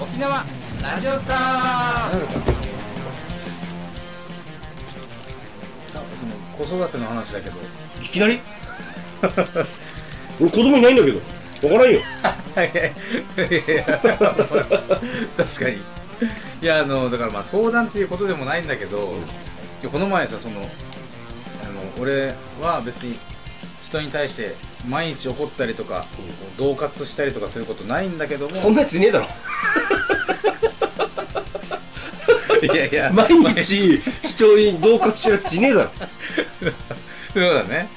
沖縄ラジオスターなんかその子育ての話だ けどいきなり 俺子供いないんだけど。わからんよ。確かにいやあのだからまあ相談っていうことでもないんだけど、いやこの前さそのあの俺は別に人に対して毎日怒ったりとか、こう恫喝したりとかすることないんだけどもそんなやついねえだろ。 いやいや 毎日、人に同喝してるやついねえだろ。そうだね、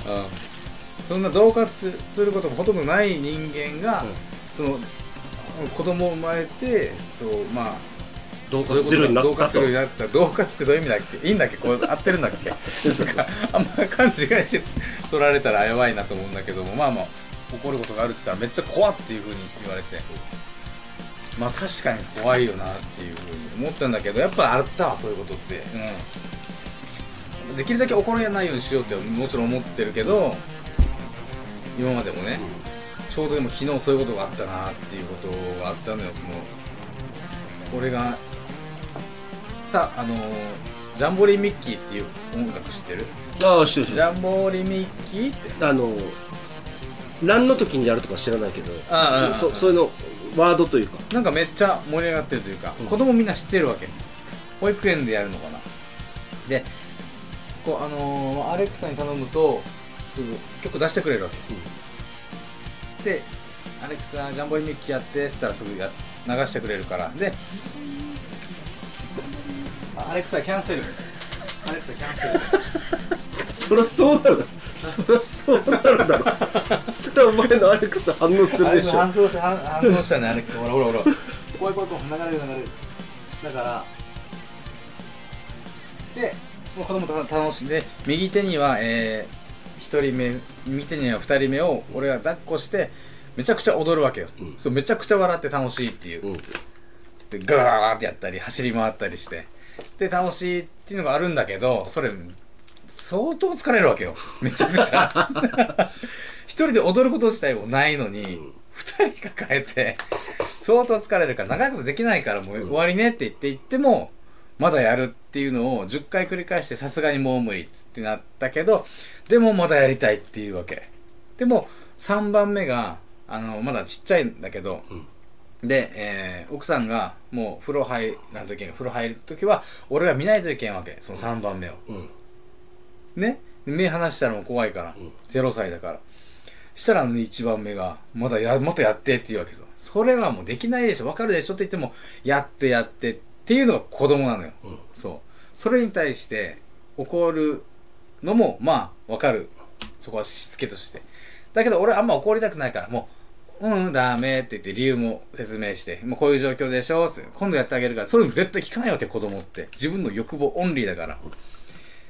そんな同化することもほとんどない人間が、うんその子供生まれてそうまあ 同そうい喝するよううになことっ同化たとする。ようになった同化ってどういう意味だっけいいんだっけこう合ってるんだっ けとかあんま勘違いして取られたらやばいなと思うんだけどもまあまあ怒ることがあるって言ったらめっちゃ怖っていうふうに言われてまあ確かに怖いよなっていうふうに思ったんだけどやっぱあったわそういうことってうんできるだけ怒らないようにしようってもちろん思ってるけど今までもねちょうどでも昨日そういうことがあったなっていうことがあったのよその俺がさあのジャンボリミッキーっていう音楽知ってるああ、知ってる知っジてるャンボリミッキーってあの、何の時にやるとか知らないけど、あそそういうの、ワードというか。なんかめっちゃ盛り上がってるというか、うん子供みんな知ってるわけ保育園でやるのかなでこうあのーアレクサに頼むとすぐ曲出してくれるわけ、でアレクサジャンボリミッキーやってしたらすぐや流してくれるからであアレクサキャンセルアレクサキャンセ ルそりゃそうなるだろ。そりゃそうなるだろ。そりゃお前のアレクサ反応するでしょ。あれ反応した反反応したねあれほらほらほら怖い怖い怖い流れる流れるだからでもう子供と楽しんで右手にはえー、一人目右手には二人目を俺が抱っこしてめちゃくちゃ踊るわけよ、そうめちゃくちゃ笑って楽しいっていう、うんでガラガラガラってやったり走り回ったりしてで楽しいっていうのがあるんだけどそれ相当疲れるわけよめちゃくちゃ一人で踊ること自体もないのに二、人抱えて相当疲れるから長いことできないからもう終わりねって言って言ってもまだやるっていうのを10回繰り返してさすがにもう無理っつってなったけどでもまだやりたいっていうわけでも3番目があのまだちっちゃいんだけど、で、えー奥さんがもう風呂入らんといけん風呂入るときは俺が見ないといけんわけその3番目を、うんね目離したらもう怖いから、0歳だからしたらあの1番目が「まだやもっとやって」って言うわけさそれはもうできないでしょわかるでしょって言っても「やってやって」っていうのが子供なのよ、そうそれに対して怒るのもまあわかるそこはしつけとしてだけど俺あんま怒りたくないからもう「うんうんダメ」って言って理由も説明して「もうこういう状況でしょ」って今度やってあげるからそれも絶対聞かないわけ子供って自分の欲望オンリーだから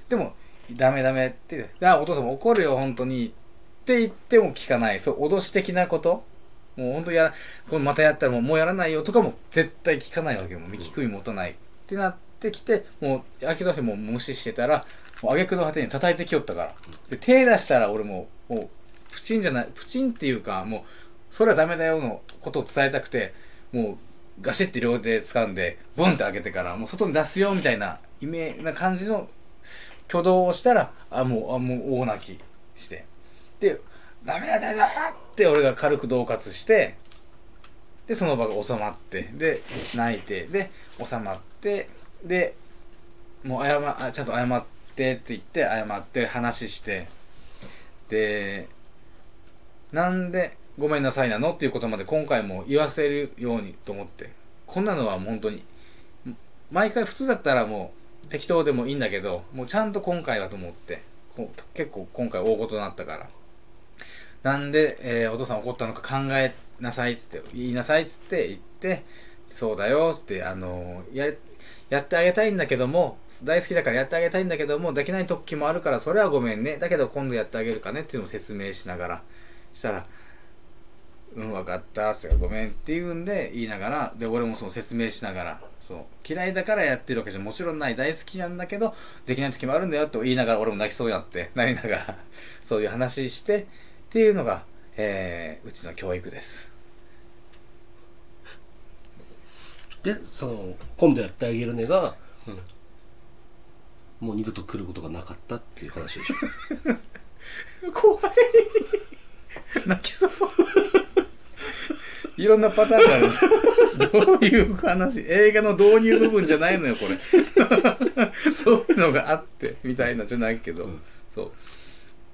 でも「ダメダメ」って言ってあお父さんも怒るよ本当に」って言っても聞かないそう脅し的なこともう本当やらこれまたやったらもうもうやらないよとかも絶対聞かないわけよもう聞く意味持たないってなってきてもう秋田てもう無視してたらもう挙句の果てに叩いてきよったからで手出したら俺もうもうプチンじゃないプチンっていうかもうそれはダメだよのことを伝えたくてもうガシッて両手掴んでブンって開けてからもう外に出すよみたいなイメージな感じの挙動をしたらあもうあもう大泣きしてで「ダメだダメだ!」って俺が軽く恫喝してでその場が収まってで泣いてで収まってでもう謝あちゃんと謝ってって言って謝って話してでなんでごめんなさいなのっていうことまで今回も言わせるようにと思ってこんなのはもう本当に毎回普通だったらもう適当でもいいんだけどもうちゃんと今回はと思ってこう結構今回大事になったからなんで、えーお父さん怒ったのか考えなさいっつって言いなさいっつって言ってそうだよっつってあのーやれやってあげたいんだけども大好きだからやってあげたいんだけどもできない時もあるからそれはごめんねだけど今度やってあげるかねっていうのを説明しながらしたらうん、分かった、すごめんって言うんで言いながら、で、俺もその説明しながら、そう、嫌いだからやってるわけじゃもちろんない、大好きなんだけど、できない時もあるんだよと言いながら、俺も泣きそうになって、なりながら、そういう話して、っていうのが、えー、うちの教育です。でその今度やってあげるねが、もう二度と来ることがなかったっていう話でしょ怖い。泣きそう。いろんなパターンがあるんですよ。どういう話映画の導入部分じゃないのよ、これ。 そういうのがあって、みたいなじゃないけど。うんそ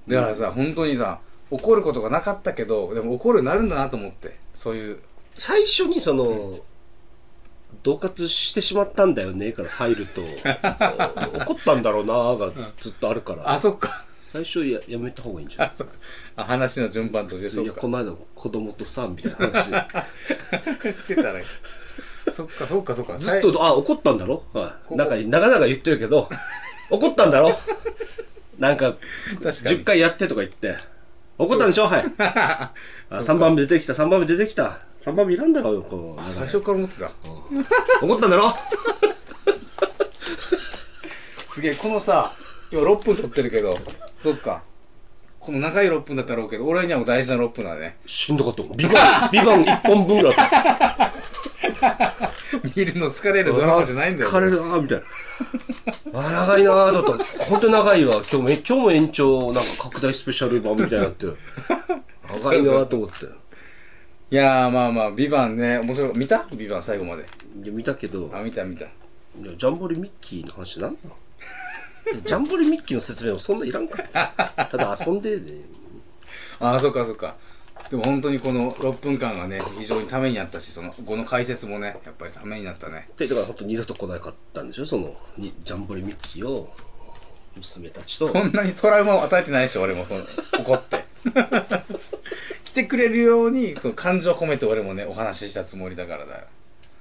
う。だからさ、本当にさ、怒ることがなかったけど、でも怒るようになるんだなと思って。そういう。最初にその、恫喝してしまったんだよねから入ると怒ったんだろうなーがずっとあるから、あ、そっか。最初ややめた方がいいんじゃないあ、そっか。あ話の順番として、そいっやかこ。の間子供とさみたいな話 でしてたらいい。そっか、そっか、そっか。ずっと「あ怒ったんだろ?」はいこなんか長々言ってるけ ど怒ったんだろなんか確かに10回やってとか言って怒ったんでしょ はいはいあ3番目出てきた3番目出てきた3番目いらんだろうこのあ最初から思ってた。怒ったんだ ろすげえ、このさ、今6分撮ってるけど、そっか。この長い6分だったろうけど、俺にはもう大事な6分だね。しんどかったもんビガンビガン1本分ぐらいあった見るの疲れるドラマじゃないんだよ。疲れるなーみたいなあー長いなーと思った本当に長いわ今日も今日も延長なんか拡大スペシャル版みたいになってる長いなーと思っていやー、まあまあ、ビバンね、面白い。見たビバン最後まで。いや見たけどあ、見た見た。いやジャンボリミッキーの話なんなのいやジャンボリミッキーの説明もそんないらんからただ遊んでねあー、そっかそっか。でも本当にこの6分間がね、非常にためになったし、その後の解説もね、やっぱりためになったね。でだから本当に二度と来なかったんでしょそのにジャンボリミッキーを娘たちとそんなにトラウマを与えてないでしょ、俺も、その、怒って。 来てくれるように、その感情を込めて俺もね、お話ししたつもりだからだよ。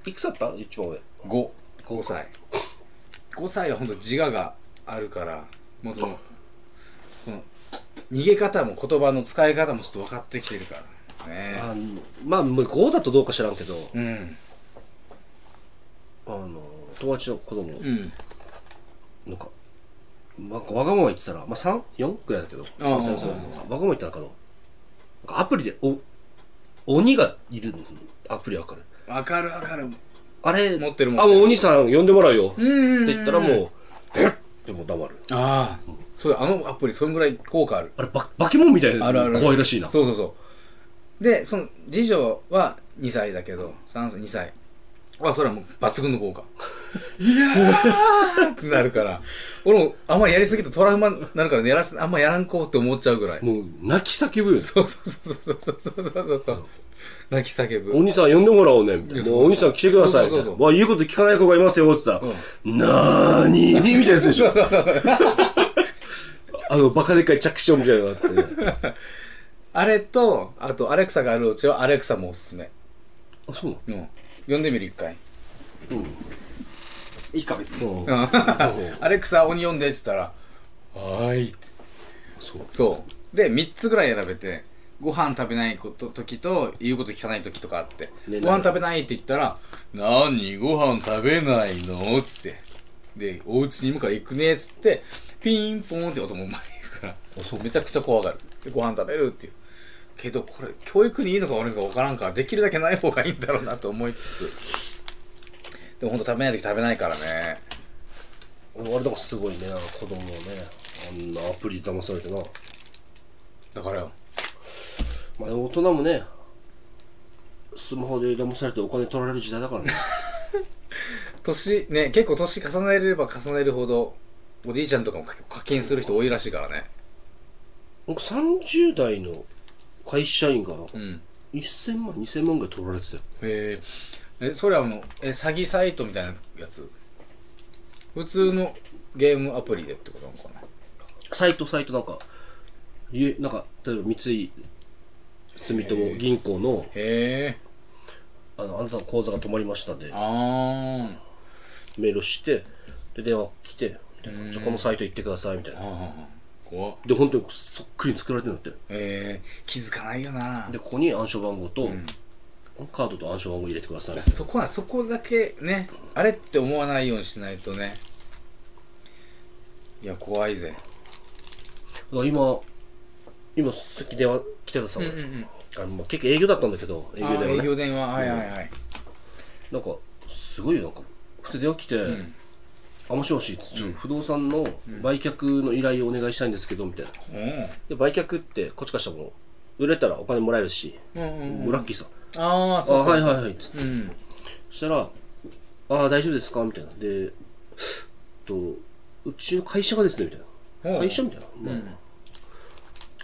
いくつだった一番上5五歳5歳は本当自我があるからもうそのこの逃げ方も言葉の使い方もちょっと分かってきてるからねあのまあもう5だとどうか知らんけど、うんあの友達の子供、うんなんか、わわがまま言ってたら、まあ、3、4くらいだけど、ああ三三三わがまま言ってたのかな。なんかアプリで、お、鬼がいるアプリわかる。分かる分かるあれ、持ってる持ってるあ、もう鬼さん呼んでもらうよ。ってん言ったらもう、えっでもう黙る。ああそうあのアプリそんぐらい効果あるあれ、ば、化け物みたいな。あるある怖いらしいな。そうそうそうでその次女は2歳だけど3歳2歳あそれはもう抜群の効果いやーって なるから俺もあんまりやりすぎるとトラウマになるから、ね、やらせあんまやらんこうって思っちゃうぐらいもう、泣き叫ぶよね。そうそうそうそうそうそうそうそう。泣き叫ぶ。鬼さん呼んでもらおうね。みたいな。もう鬼さん来てください。みたそういそうなそうそうわ、言うこと聞かない子がいますよ。って言ったら、 なーにーみたいなやつでしょ。あの、バカでっかい着信音みたいなのがあって。 あれと、あと、アレクサがあるうちは、アレクサもおすすめ。あ、そうなのうん。呼んでみる、一回。いいか別にそうアレクサ、鬼呼んでって言ったら、はーいって。そうそう。で、3つぐらい選べて、ご飯食べないこと時と、言うこと聞かない時とかあって、ねご飯食べないって言ったら、何ご飯食べないのつって。で、お家に今から行くねっつって、ピンポンって音も生まれるから、めちゃくちゃ怖がる。で、ご飯食べるっていう。けど、これ、教育にいいのか悪いのか分からんから、できるだけない方がいいんだろうなと思いつつ。でもほんと食べない時食べないからね。あれだかすごいね子供をねあんなアプリ騙されてな、だからよ。まあ、でも大人もねスマホで騙されてお金取られる時代だ からね年ね結構年重ねれば重ねるほどおじいちゃんとかも結構課金する人多いらしいからね僕30代の会社員がうん1000万2000万ぐらい取られてたよへええそれはもうえ詐欺サイトみたいなやつ普通のゲームアプリでってことなのかなサイトサイトなんかゆなんか例えば三井住友銀行のへえあのあなたの口座が止まりましたであーメールしてで電話来てじゃあこのサイト行ってくださいみたいなああ怖っで本当にそっくりに作られてるんだってええ気づかないよなでここに暗証番号と、カードと暗証番号入れてくださいそこはそこだけねあれって思わないようにしないとねいや怖いぜだから今今さっき電話来てたさ、うんうんあのまあ結構営業だったんだけど営あ業ー電話営ね業電話はいはいはいなんかすごいよなんか普通で起きて、あもしもしつって不動産の売却の依頼をお願いしたいんですけどみたいなで売却ってこっちからしたらもう売れたらお金もらえるし、うんうんもうラッキーさあああそうかはいはいはいつってうんそしたら「ああ大丈夫ですか?」みたいなで「とうちの会社がですね」みたいな会社みたいな、まあ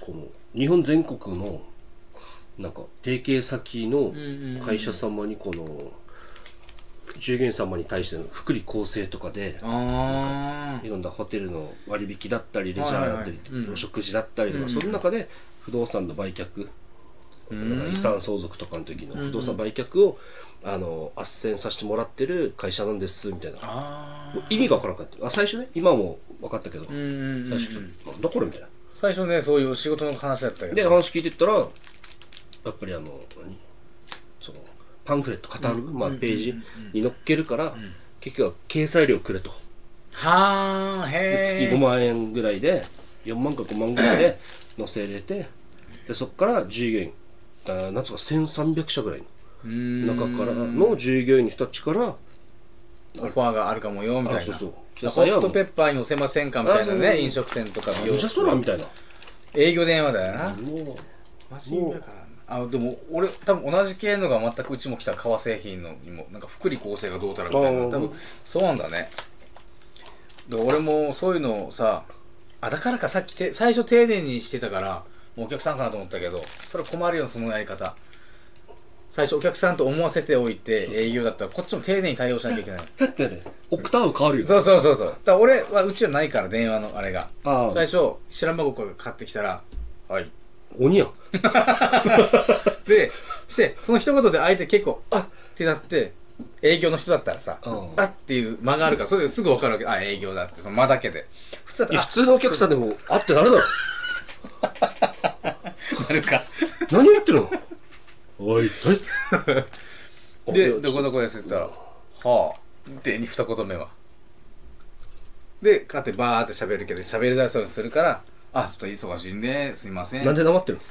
この日本全国のなんか提携先の会社様にこの従業員様に対しての福利厚生とかであいろんなホテルの割引だったりレジャーだったりはいはいはいうんお食事だったりとかその中で不動産の売却遺産相続とかの時の不動産売却をあの斡旋させてもらってる会社なんですみたいなあもう意味が分からなかったあ最初ね今はもう分かったけどうんうんう最ん初なんだこれみたいな最初ねそういう仕事の話だったけでど話聞いてったらやっぱりあの何そのパンフレットカタログ、まあ、ページに載っけるから、結局は掲載料くれと、はあでへえ月5万円ぐらいで4万か5万ぐらいで載せれてでそこから従業員あーなんつうか1300社ぐらいの中からの従業員の人たちからオファーがあるかもよみたいなあそうそうだからホットペッパーに乗せませんかみたいなあそうそうね飲食店とか美「容じゃ室そら」みたいな営業電話だよなもマジだからなあでも俺多分同じ系のが全くうちも来た革製品のにもなんか福利厚生がどうたらみたいなあー多分そうなんだねだから俺もそういうのをさあだからかさっきて最初丁寧にしてたからもうお客さんかなと思ったけどそれ困るよそのやり方最初お客さんと思わせておいて営業だったらこっちも丁寧に対応しなきゃいけないうだってねオクターブ変わるよそうそうそうそう。だから俺はうちはないから電話のあれが。ああ最初白馬子が買ってきたら、はい。鬼やんで、してその一言で相手結構あっってなって。営業の人だったらさ、うんあっていう間があるから、それですぐ分かるわけ。あ、営業だって、その間だけで。普通だっいたやら、普通のお客さんでも会ってなるだろあなるか。何を言ってるのおい、どうや で、おいどこどこですって言ったら、はあ。で、二言目は。で、かってバーって喋るけど、喋りづらそうにするから、あ、ちょっと忙しいんで、すいません。なんで黙ってるの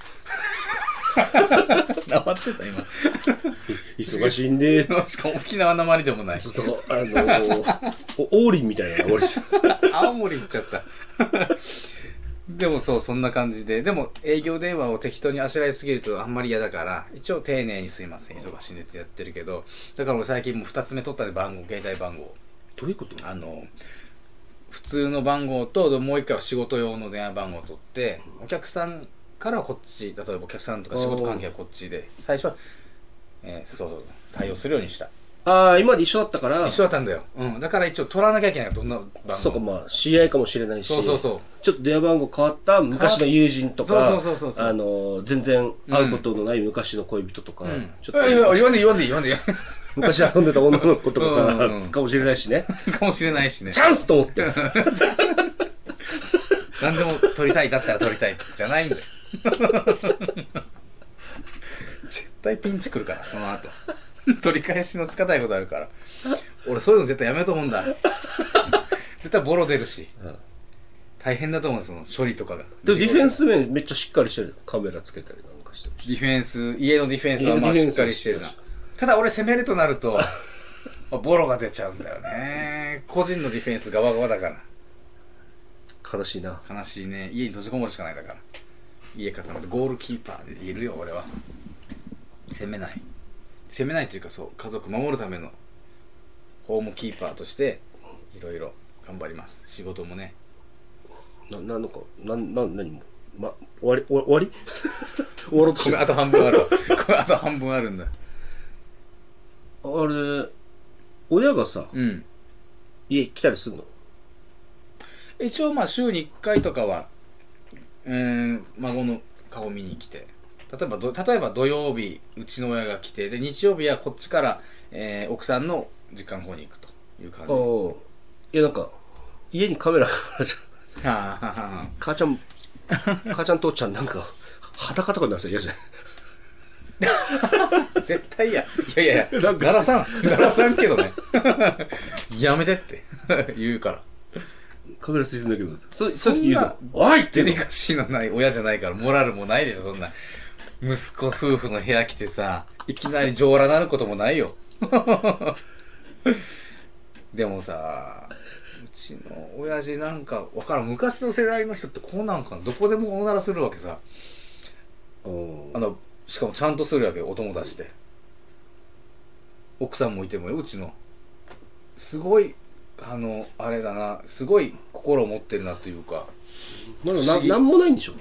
黙ってた、今。忙しいんで、 しかも沖縄なまりでもない。ちょっと、あのー、お王林みたいな、俺。 青森行っちゃった。でもそう、そんな感じで。でも営業電話を適当にあしらいすぎるとあんまり嫌だから、一応丁寧にすいません、忙しいねってやってるけど、だから俺最近もう2つ目取ったで番号、携帯番号。どういうことあの、普通の番号と、もう一回は仕事用の電話番号を取って、お客さんからはこっち、例えばお客さんとか仕事関係はこっちで、最初は、えーそうそうそう、対応するようにした。ああ、今まで一緒だったから、一緒だったんだよ。うん。だから一応取らなきゃいけない。どんな番号。そうか、まあ、知り合いかもしれないし、そうそうそう。ちょっと電話番号変わった昔の友人とか、そうそうそうそうそうあのー、全然会うことのない昔の恋人とか、ちょっといやいや 言わんでいい言わんでいい言わんでいい昔遊んでた女の子とうんうかんうんかもしれないしね、かもしれないしねチ。ャンスと思って、何でも取りたい、だったら取りたい、じゃないんだよ。 絶対ピンチ来るから、その後。取り返しのつかないことあるから。俺そういうの絶対やめようと思うんだ。絶対ボロ出るし。大変だと思うその処理とかが。でディフェンス面めっちゃしっかりしてる。カメラつけたりなんかしてるし。ディフェンス、家のディフェンスはまあ家のディフェンしっスかはりしてるなしっか。ただ俺攻めるとなると、まあボロが出ちゃうんだよね。個人のディフェンス側側だから。悲しいな。悲しいね家に閉じこもるしかないだから家固まってゴールキーパーでいるよ俺は攻めない攻めないっていうかそう家族守るためのホームキーパーとしていろいろ頑張ります仕事もねな、なんのか、なん、なん、何も。ま、終わり、終わ終わり 終わろうとしてごめんる。あと半分あるわごめんあと半分あるんだあれ、親がさ、うん家来たりするの一応まあ週に1回とかはうーん孫の顔見に来て例えばど例えば土曜日うちの親が来てで日曜日はこっちから、えー奥さんの実家の方に行くという感じああ。いや、なんか、家にカメラがあるじゃん、はあはあはあ母ちゃん、母ちゃん父ちゃんなんか、裸とかになってたら嫌じゃん。絶対や。いやいやいや、ななんからさん、ならさんけどね。 やめてって 言うから。カメラついてんだけど。そ、そそんうないうの。おいっデてリ言うのカシーのない親じゃないから、モラルもないでしょ、そんな。息子夫婦の部屋来てさ、いきなり上羅なることもないよ。 でもさ、うちの親父なんか、わからん、昔の世代の人ってこうなんかな、どこでもおならするわけさ。うんあの、しかもちゃんとするわけ、お友達で。奥さんもいてもよ、うちの。すごい、あの、あれだな、すごい心を持ってるなというか、まだななんもないんでしょ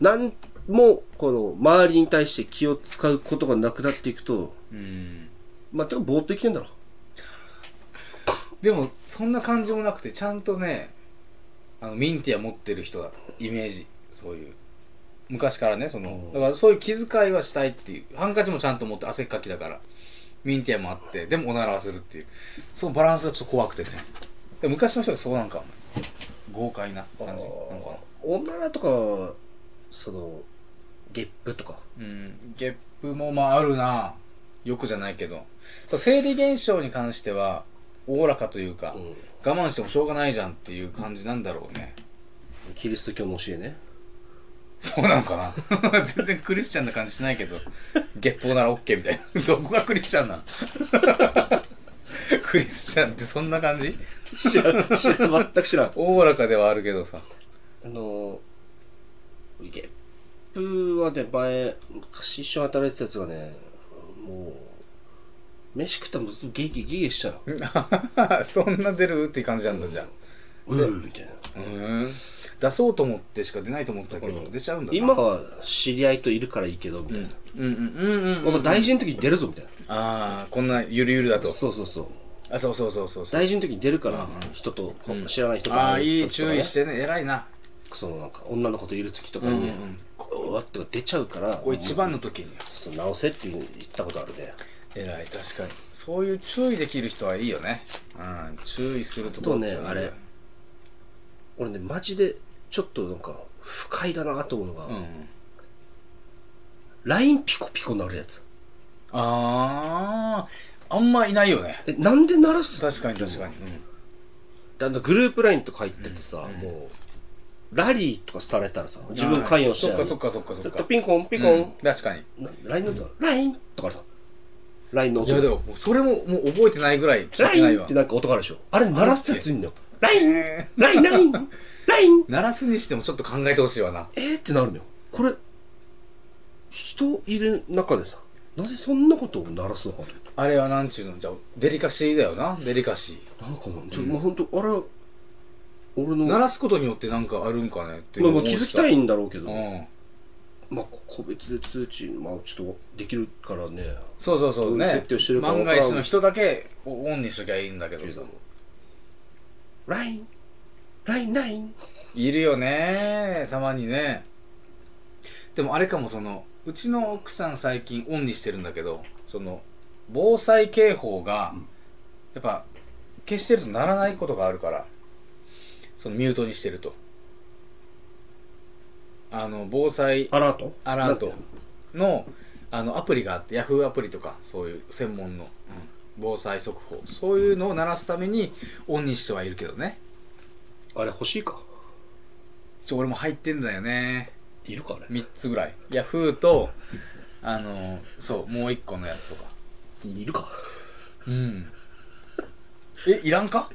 なんもこの周りに対して気を使うことがなくなっていくとうん。まあてかぼーっと生きてんだろでも、そんな感じもなくて、ちゃんとね、あの、ミンティア持ってる人だ、イメージ、そういう。昔からね、その、だからそういう気遣いはしたいっていう。ハンカチもちゃんと持って汗っかきだから。ミンティアもあって、でもおならはするっていう。そのバランスがちょっと怖くてね。で昔の人はそうなんかも。豪快な感じ。なんかな。おならとかそのゲップとかうん、ゲップもまああるなよくじゃないけどそう生理現象に関してはおおらかというか、ん我慢してもしょうがないじゃんっていう感じなんだろうね、キリスト教の教えねそうなのかな 全然クリスチャンな感じしないけど月報なら OK みたいな どこがクリスチャンなんクリスチャンってそんな感じ知らん知らん全く知らんおおらかではあるけどさ あのゲップはね前昔一緒に働いてたやつがねもう飯食ったらもうずっとゲゲゲゲしちゃうそんな出るっていう感じなんだじゃあうんみたいなうん出そうと思ってしか出ないと思ってたけど出ちゃうんだな今は知り合いといるからいいけどみたいな、うんうんうんうんお前大事の時に出るぞみたいな、ああこんなゆるゆるだとそうそうそうあそうそうそうそうそう大事の時に出るから、人と、こう知らない人とああい会いった時とか注ね意してね偉いなそのなんか女の子といる時とかに、こうわって出ちゃうからここ一番の時にそう直せっていうふうに言ったことあるね偉い確かにそういう注意できる人はいいよねうん注意するとことろねあれ俺ねマジでちょっとなんか不快だなと思うのが、うんラインピコピコ鳴るやつあああんまいないよねえなんで鳴らす確かに確かにであのグループラインとか入っててさ、もうラリーとかされたらさ自分関与してそなっいかそっかそっかそずっっとかピンコンピコン、うん確かにな LINE の音、LINE とかさ、LINE のいやで音。もそれももう覚えてないぐらい聞いてない LINE っわてなんか音があるでしょあれ鳴らすやついんのよ。LINE! え LINE! LINE! LINE! 鳴らすにしてもちょっと考えてほしいわなえーってなるのよ。これ、人いる中でさ、なぜそんなことを鳴らすのかと。あれはなんちゅうのじゃあデリカシーだよなデリカシーなんかもう、ちょ、もうほんと、あれ、俺の、鳴らすことによってなんかあるんかねってまあま思あう気しづきたいんだろうけど、うんまあ個別で通知、まあちょっとできるからね。そうそうそうどういうね設定をしてるかわか万らんが一の人だけオンにしときゃいいんだけどさ LINE! LINE! LINE! いるよねたまにねでもあれかもそのうちの奥さん最近オンにしてるんだけどその防災警報がやっぱ消してるとならないことがあるからそのミュートにしてるとあの防災アラートアラートのあのアプリがあって Yahoo アプリとかそういう専門の、うん防災速報そういうのを鳴らすためにオンにしてはいるけどねあれ欲しいかちょ俺も入ってんだよねいるかあれ3つぐらい Yahoo とあのそうもう1個のやつとかいるかうんえいらんか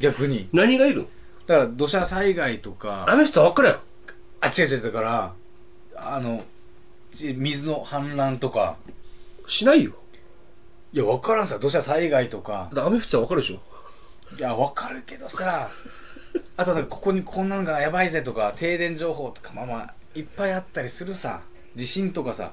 逆に何がいるのだから土砂災害とかあの人分かるやんあ違う違うだからあのち水の氾濫とかしないよいや分からんさ土砂災害とかだ雨降ってたら分かるでしょいや、わかるけどさ、あとなんかここにこんなのがやばいぜとか、停電情報とか、まあまあ、いっぱいあったりするさ、地震とかさ、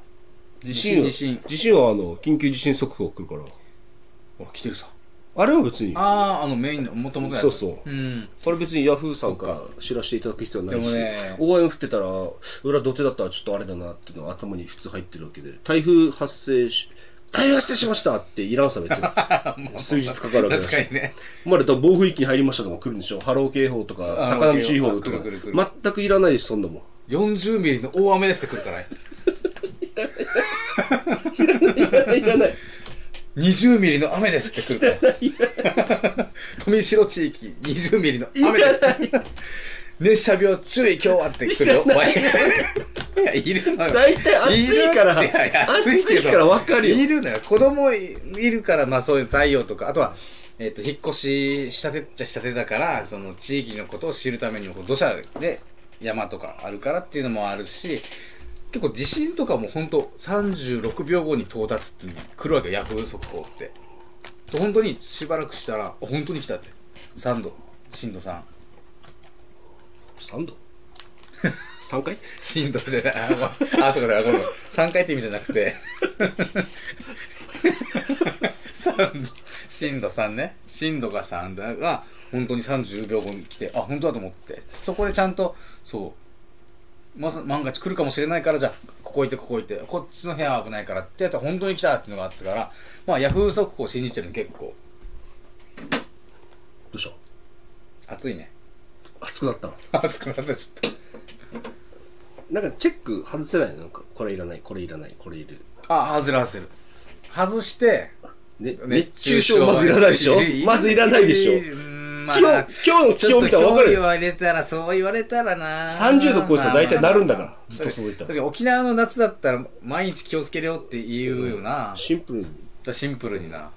地地地震震。地震はあの緊急地震速報が来るからほら、来てるさ。あれは別にああー、あのメインの、もともとのやつ。そうそううん。れ別にヤフーさんから知らせていただく必要はないし、でもね大雨降ってたら裏土手だったらちょっとあれだなっていうのは頭に普通入ってるわけで台風発生し台風発生しましたっていらんさ別 に数日かかるわけだ確しかにね。まだ多分暴風域に入りましたとか来るんでしょ波浪警報とかあ高波注意報と来かる来る来る全くいらないですそんな もん40ミリの大雨ですって来る からね。いらないいらない20ミリの雨ですって来るから。富城地域20ミリの雨ですって。熱射病注意今日はって来るよ。お前いや、いるのよ。大体暑いから、いるいやいや暑暑いけどいから分かるいよ。るのよ。子供いるから、まあそういう太陽とか、あとは、えっ、と、引っ越ししたてっちゃしたてだから、その地域のことを知るためにも、こう土砂で山とかあるからっていうのもあるし、結構地震とかも本当36秒後に到達っていうのに来るわけよ、ヤフー速報って。と本当にしばらくしたら、あ本当に来たって。3度、震度3。 3度 ?3 回震度じゃない。あ、まああそうか、だからごめん3回って意味じゃなくて。三震度3ね。震度が3だが、本当に30秒後に来て、あ、本当だと思って。そこでちゃんと、そう。まさ、万が一来るかもしれないから、じゃあ、ここ行って、ここ行って、こっちの部屋は危ないからってやったら、本当に来たっていうのがあったから、まあ、ヤフー速報信じてるの結構、どうした暑いね。 暑くなったの暑くなった、ちょっなんかチェック外せないのなんか、これいらない、これいらない、これいる。と。あ、外れ外せる。外して、ね、熱中症まずいらないでしょるまずいらないでしょ今今日、今日の気温見たら分かる言よ。われたら、そう言われたらな。 30度超えたら大体なるんだからまあまあまあずっとそう言ったら確かに沖縄の夏だったら、毎日気をつけるよって言うよな。シンプルに。シンプルにな。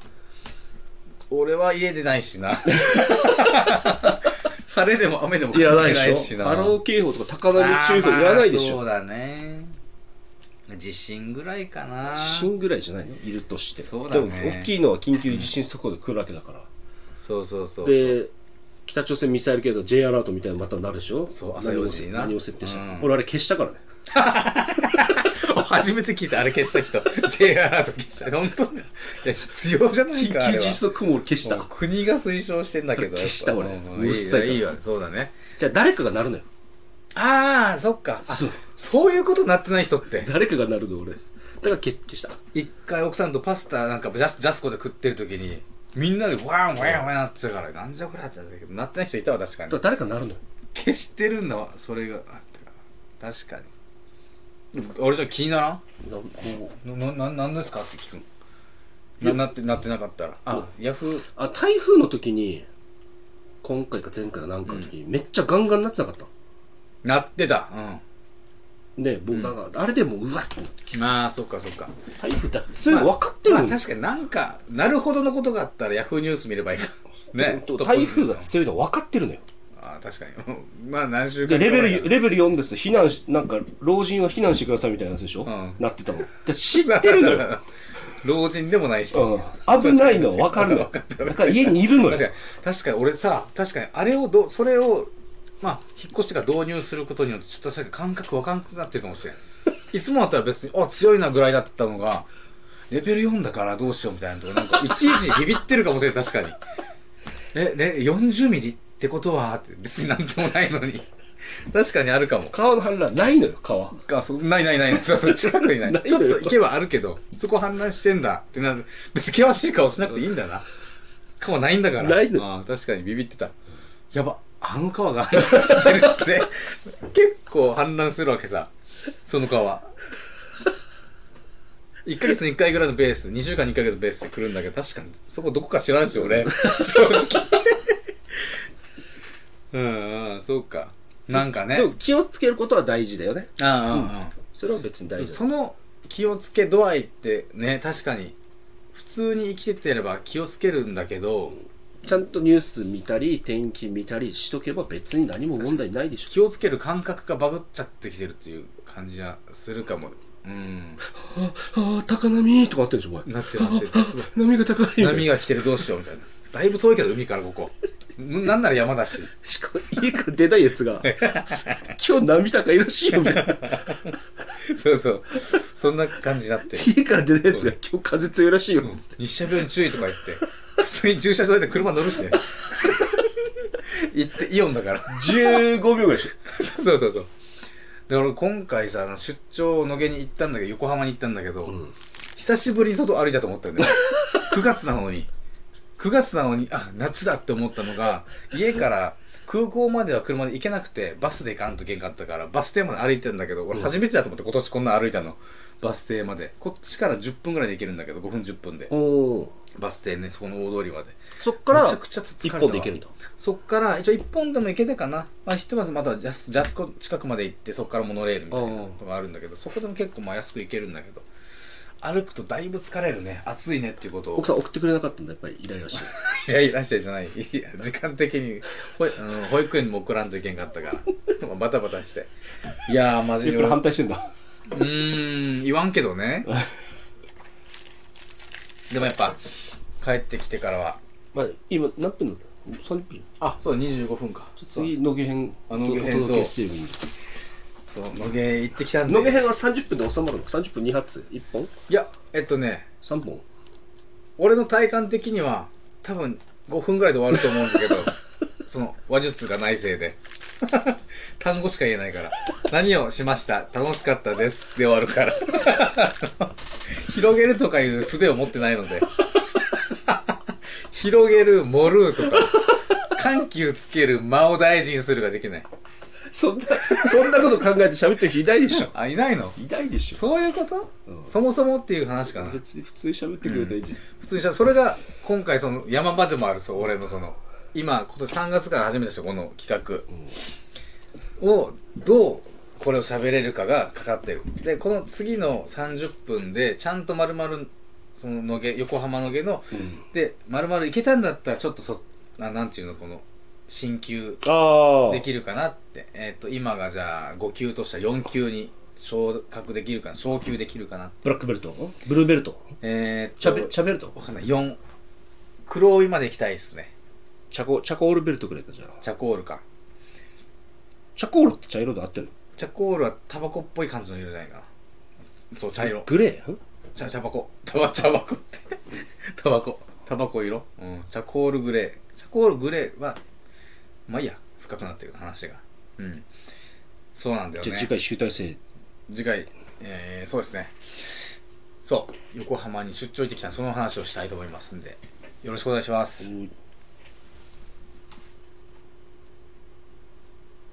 俺は家でないし な。晴れでも雨でもいらない関係でしょな波浪警報とか高波注意報あーまあいらないでしそょうだね。地震ぐらいかな。地震ぐらいじゃないのいるとして。そうだねでも、大きいのは緊急地震速報で来るわけだから。そうそうそうそう。で、北朝鮮ミサイル系だと J アラートみたいなのまたなるでしょそう朝何4を時にな何を設定したうん俺あれ消したからね。 初めて聞いた、あれ消した人。J アラート消した人。本当に。いや、必要じゃない緊か、あれ急地は。震速報を消したもう。国が推奨してんだけど。消した俺やっぱもううるさいからいいよいいよ、そうだね。じゃあ誰かがなるのよ。ああ、そっか。あそうそういうことなってない人って。誰かがなるの俺。だから消消した。一回奥さんとパスタなんかジャスジャスコで食ってる時に、みんなでワンワンワンって言ってたから、なんじゃこりゃってなったけど、なってない人いたわ、確かだからに。誰かなるのよ。消してるんだわ、それがあったから。確かに。でも俺じゃ気にならんなこうな、な、ななんですかって聞くのな、なって、なってなかったら。あ、ヤフー。あ台風の時に今回か前回か何かの時に、めっちゃガンガンなってなかったなってた。うね僕なんかあれでもううわっと思ってん。ああ、そっかそっか。台風だそういうの分かってるまのあに、確かになんか、なるほどのことがあったらヤフーニュース見ればいいか。ね。と台風がトップニュース強いの分かってるのよああ、確かに。うんまあ何週で間かレ前ベだルレベル4です避難しなんか老人は避難してくださいみたいなやつでしょ、んなってたので知ってるのそう よ、 老人でもないし。うん、危ないの分かるのよだから家にいるの確かよに、確かに俺さ、確かにあれをど、それを、まあ、引っ越してから導入することによって、ちょっと確かに感覚わかんなくなってるかもしれん。 いつもだったら別に、あ、強いなぐらいだったのが、レベル4だからどうしようみたいなとこ、なんか、いちいちビビってるかもしれん、確かに。え、ね、40ミリってことは、って別になんともないのに。確かにあるかも。川の氾濫ないのよ川あ、そ、 ないないない。そうそう、近くにな い。ないちょのっとよ行けばあるけど、そこ氾濫してんだってなる。別に険しい顔しなくていいんだな。川ないんだから。ないのああ確かにビビってた。やば、あの川が氾濫してる って。結構氾濫するわけさ。その川。1ヶ月に1回ぐらいのベース、2週間に1回ぐらいのベースで来るんだけど、確かに、そこどこか知らんし、俺。正直。 うん、うん、そうか。なんかねで。も気をつけることは大事だよねああ、うん、うん。それは別に大事だその気をつけ度合いってね確かに普通に生きててれば気をつけるんだけどちゃんとニュース見たり天気見たりしとけば別に何も問題ないでしょ気をつける感覚がバグっちゃってきてるっていう感じはするかもうんああ、高波とかあってるでしょ、これ。なってるなってる波が高いみたいな。波が来てるどうしようみたいなだいぶ遠いけど海からここなんなら山だししかも家から出ないやつ が、今日波高いらしいよ、 みたいな。そうそうそんな感じになって家から出ないやつが今日風強いらしいよ、つって。日射病に注意とか言って普通に駐車場で車乗るしね行ってイオンだから15秒ぐらいしそうそうそうそう。で、俺今回さ、あの出張野毛に行ったんだけど、横浜に行ったんだけど、久しぶりに外歩いたと思ったんだよ。9月なのに。9月なのに、あ、夏だって思ったのが、家から空港までは車で行けなくて、バスで行かんといけんかったから、バス停まで歩いてんだけど、俺初めてだと思って今年こんな歩いたの。バス停まで。こっちから10分ぐらいで行けるんだけど、5分10分で。おー。バス停ね、そこの大通りまで。そっからめちゃくちゃ疲一れたわ本で行けるんだ。そっから、一応一本でも行けてかな。まあ、ひとまずまたジャス、ジャスコ近くまで行って、そっからモノレールみたいなのがあるんだけど、そこでも結構まあ安く行けるんだけど、歩くとだいぶ疲れるね。暑いねっていうことを奥。さん送ってくれなかったんだ、やっぱりイライラして。いやいらしてじゃない。いや 時間的に保あの、保育園にも送らんといけんかった から。まあバタバタして。いやー、マジで俺。う対してんだ。ーん、言わんけど ね。でもやっぱ、帰ってきてからは、まあ、今、何分だった ?30 分。あ、そう、25分か。ちょっと次、野毛編、あ野毛編お届けしてればいいんだ。そう、野毛行ってきたんで。野毛編は30分で収まるの ?30 分2発 ?1 本いや、えっとね、 ?3 本俺の体感的には多分5分ぐらいで終わると思うんだ けどその話術がないせいで 単語しか言えないから何をしました楽しかったですで終わるから 広げるとかいう術を持ってないので 広げる盛るとか緩急つける間を大事にするができないそんな、 そんなこと考えて喋ってる人いないでしょ。あいないのいないでしそういうこと、うんそもそもっていう話かな別に普通に喋ってくれたらいいじゃん。普通にしたそれが今回その山場でもあるそう俺のその今今年3月から始めたでしょこの企画をどうこれを喋れるかがかかってるでこの次の30分でちゃんと丸々そののげ横浜のげの、で丸々いけたんだったらちょっとそななんていうのこの進級ああ。できるかなってえっ、と今がじゃあ5級としたら4級に昇格できるかな昇級できるかなブラックベルトブルーベルトえー、チャベ、チャベルトわかんない。4。黒追いまで行きたいですね。チャコ、チャコールベルトくらいか、じゃあ。チャコールか。チャコールって茶色で合ってるチャコールはタバコっぽい感じの色じゃないかな。そう、茶色の。グレーん茶、茶箱。タバ、茶箱って。 タバコ。タバコ色。うん。チャコールグレー。チャコールグレーは、まあいいや。深くなってる話が。うん。そうなんだよじゃあね。次回集大成。次回、えー、そうですね。そう。横浜に出張行ってきたその話をしたいと思いますんで。よろしくお願いします。うん